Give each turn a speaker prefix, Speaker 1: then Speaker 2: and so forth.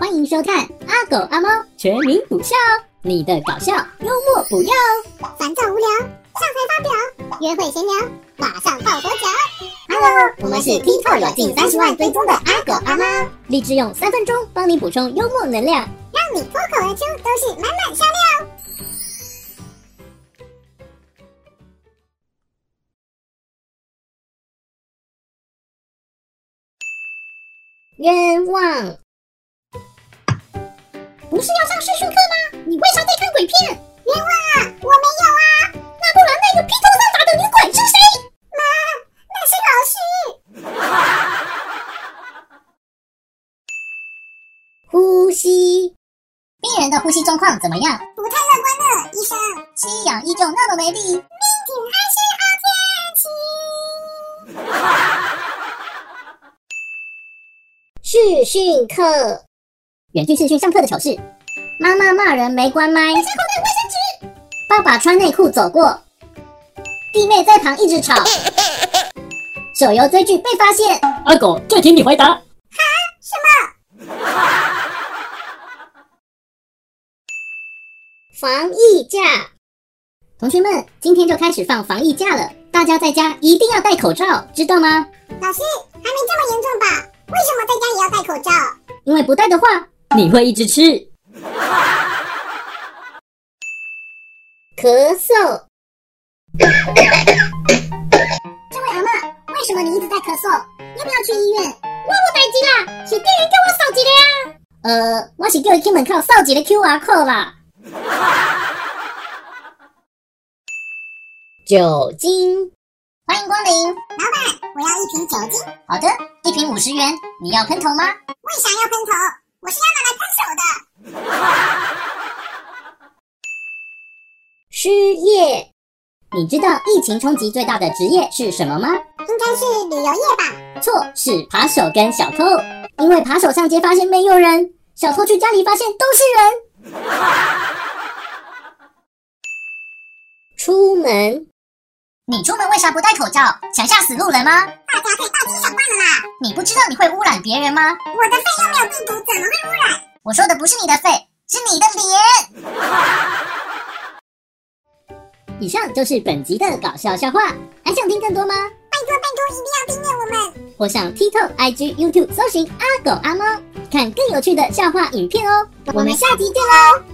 Speaker 1: 欢迎收看《阿狗阿猫全民补笑》，你的搞笑幽默补药，
Speaker 2: 烦躁无聊，上台发表，约会闲聊，马上抱佛脚。
Speaker 1: Hello，
Speaker 2: 我们是踢透有近三十万追踪的阿狗阿猫，
Speaker 1: 立志用三分钟帮你补充幽默能量。
Speaker 2: 让你脱口而出都是满满笑料。
Speaker 1: 冤枉！不是要上叙述课吗？你为啥在看鬼片？
Speaker 2: 我没有啊，
Speaker 1: 那不然那个披头散发的女鬼是谁？
Speaker 2: 那是老师。
Speaker 1: 呼吸，病人的呼吸状况怎么样？
Speaker 2: 不太乐观了，医生。
Speaker 1: 吸氧依旧那么没力，
Speaker 2: 挺还是好天气。
Speaker 1: 视讯课，远距视讯上课的糗事。妈妈骂人没关麦，卫生口袋卫生纸。爸爸穿内裤走过，弟妹在旁一直吵。手游追剧被发现，
Speaker 3: 阿狗，这题你回答。
Speaker 1: 防疫假。同学们，今天就开始放防疫假了，大家在家一定要戴口罩，知道吗？
Speaker 2: 老师，还没这么严重吧？为什么在家也要戴口罩？
Speaker 1: 因为不戴的话，
Speaker 3: 你会一直吃。
Speaker 1: 咳嗽。
Speaker 2: 这位阿嬷，为什么你一直在咳嗽？要不要去医院？
Speaker 1: 代志啦，是店员叫我扫一个啊。呃，我是叫伊去门口扫一个 QR code 啦。酒精，欢迎光临。
Speaker 2: 我要一瓶酒精。
Speaker 1: 好的，一瓶五十元。你要喷头吗？
Speaker 2: 为啥要喷头？我是要拿来喷手的。
Speaker 1: 失业。你知道疫情冲击最大的职业是什么吗？
Speaker 2: 应该是旅游业吧？
Speaker 1: 错，是扒手跟小偷。因为扒手上街发现没有人，小偷去家里发现都是人。出门，你出门为啥不戴口罩？想吓死路人吗？
Speaker 2: 大家太大惊小怪了啦！
Speaker 1: 你不知道你会污染别人吗？
Speaker 2: 我的肺又没有病毒，怎么会污染？
Speaker 1: 我说的不是你的肺，是你的脸。以上就是本集的搞笑笑话，还想听更多吗？
Speaker 2: 拜托拜托，一定要订阅我们！
Speaker 1: 或上 TikTok、IG、YouTube 搜寻“阿狗阿猫”，看更有趣的笑话影片哦。我们下集见喽！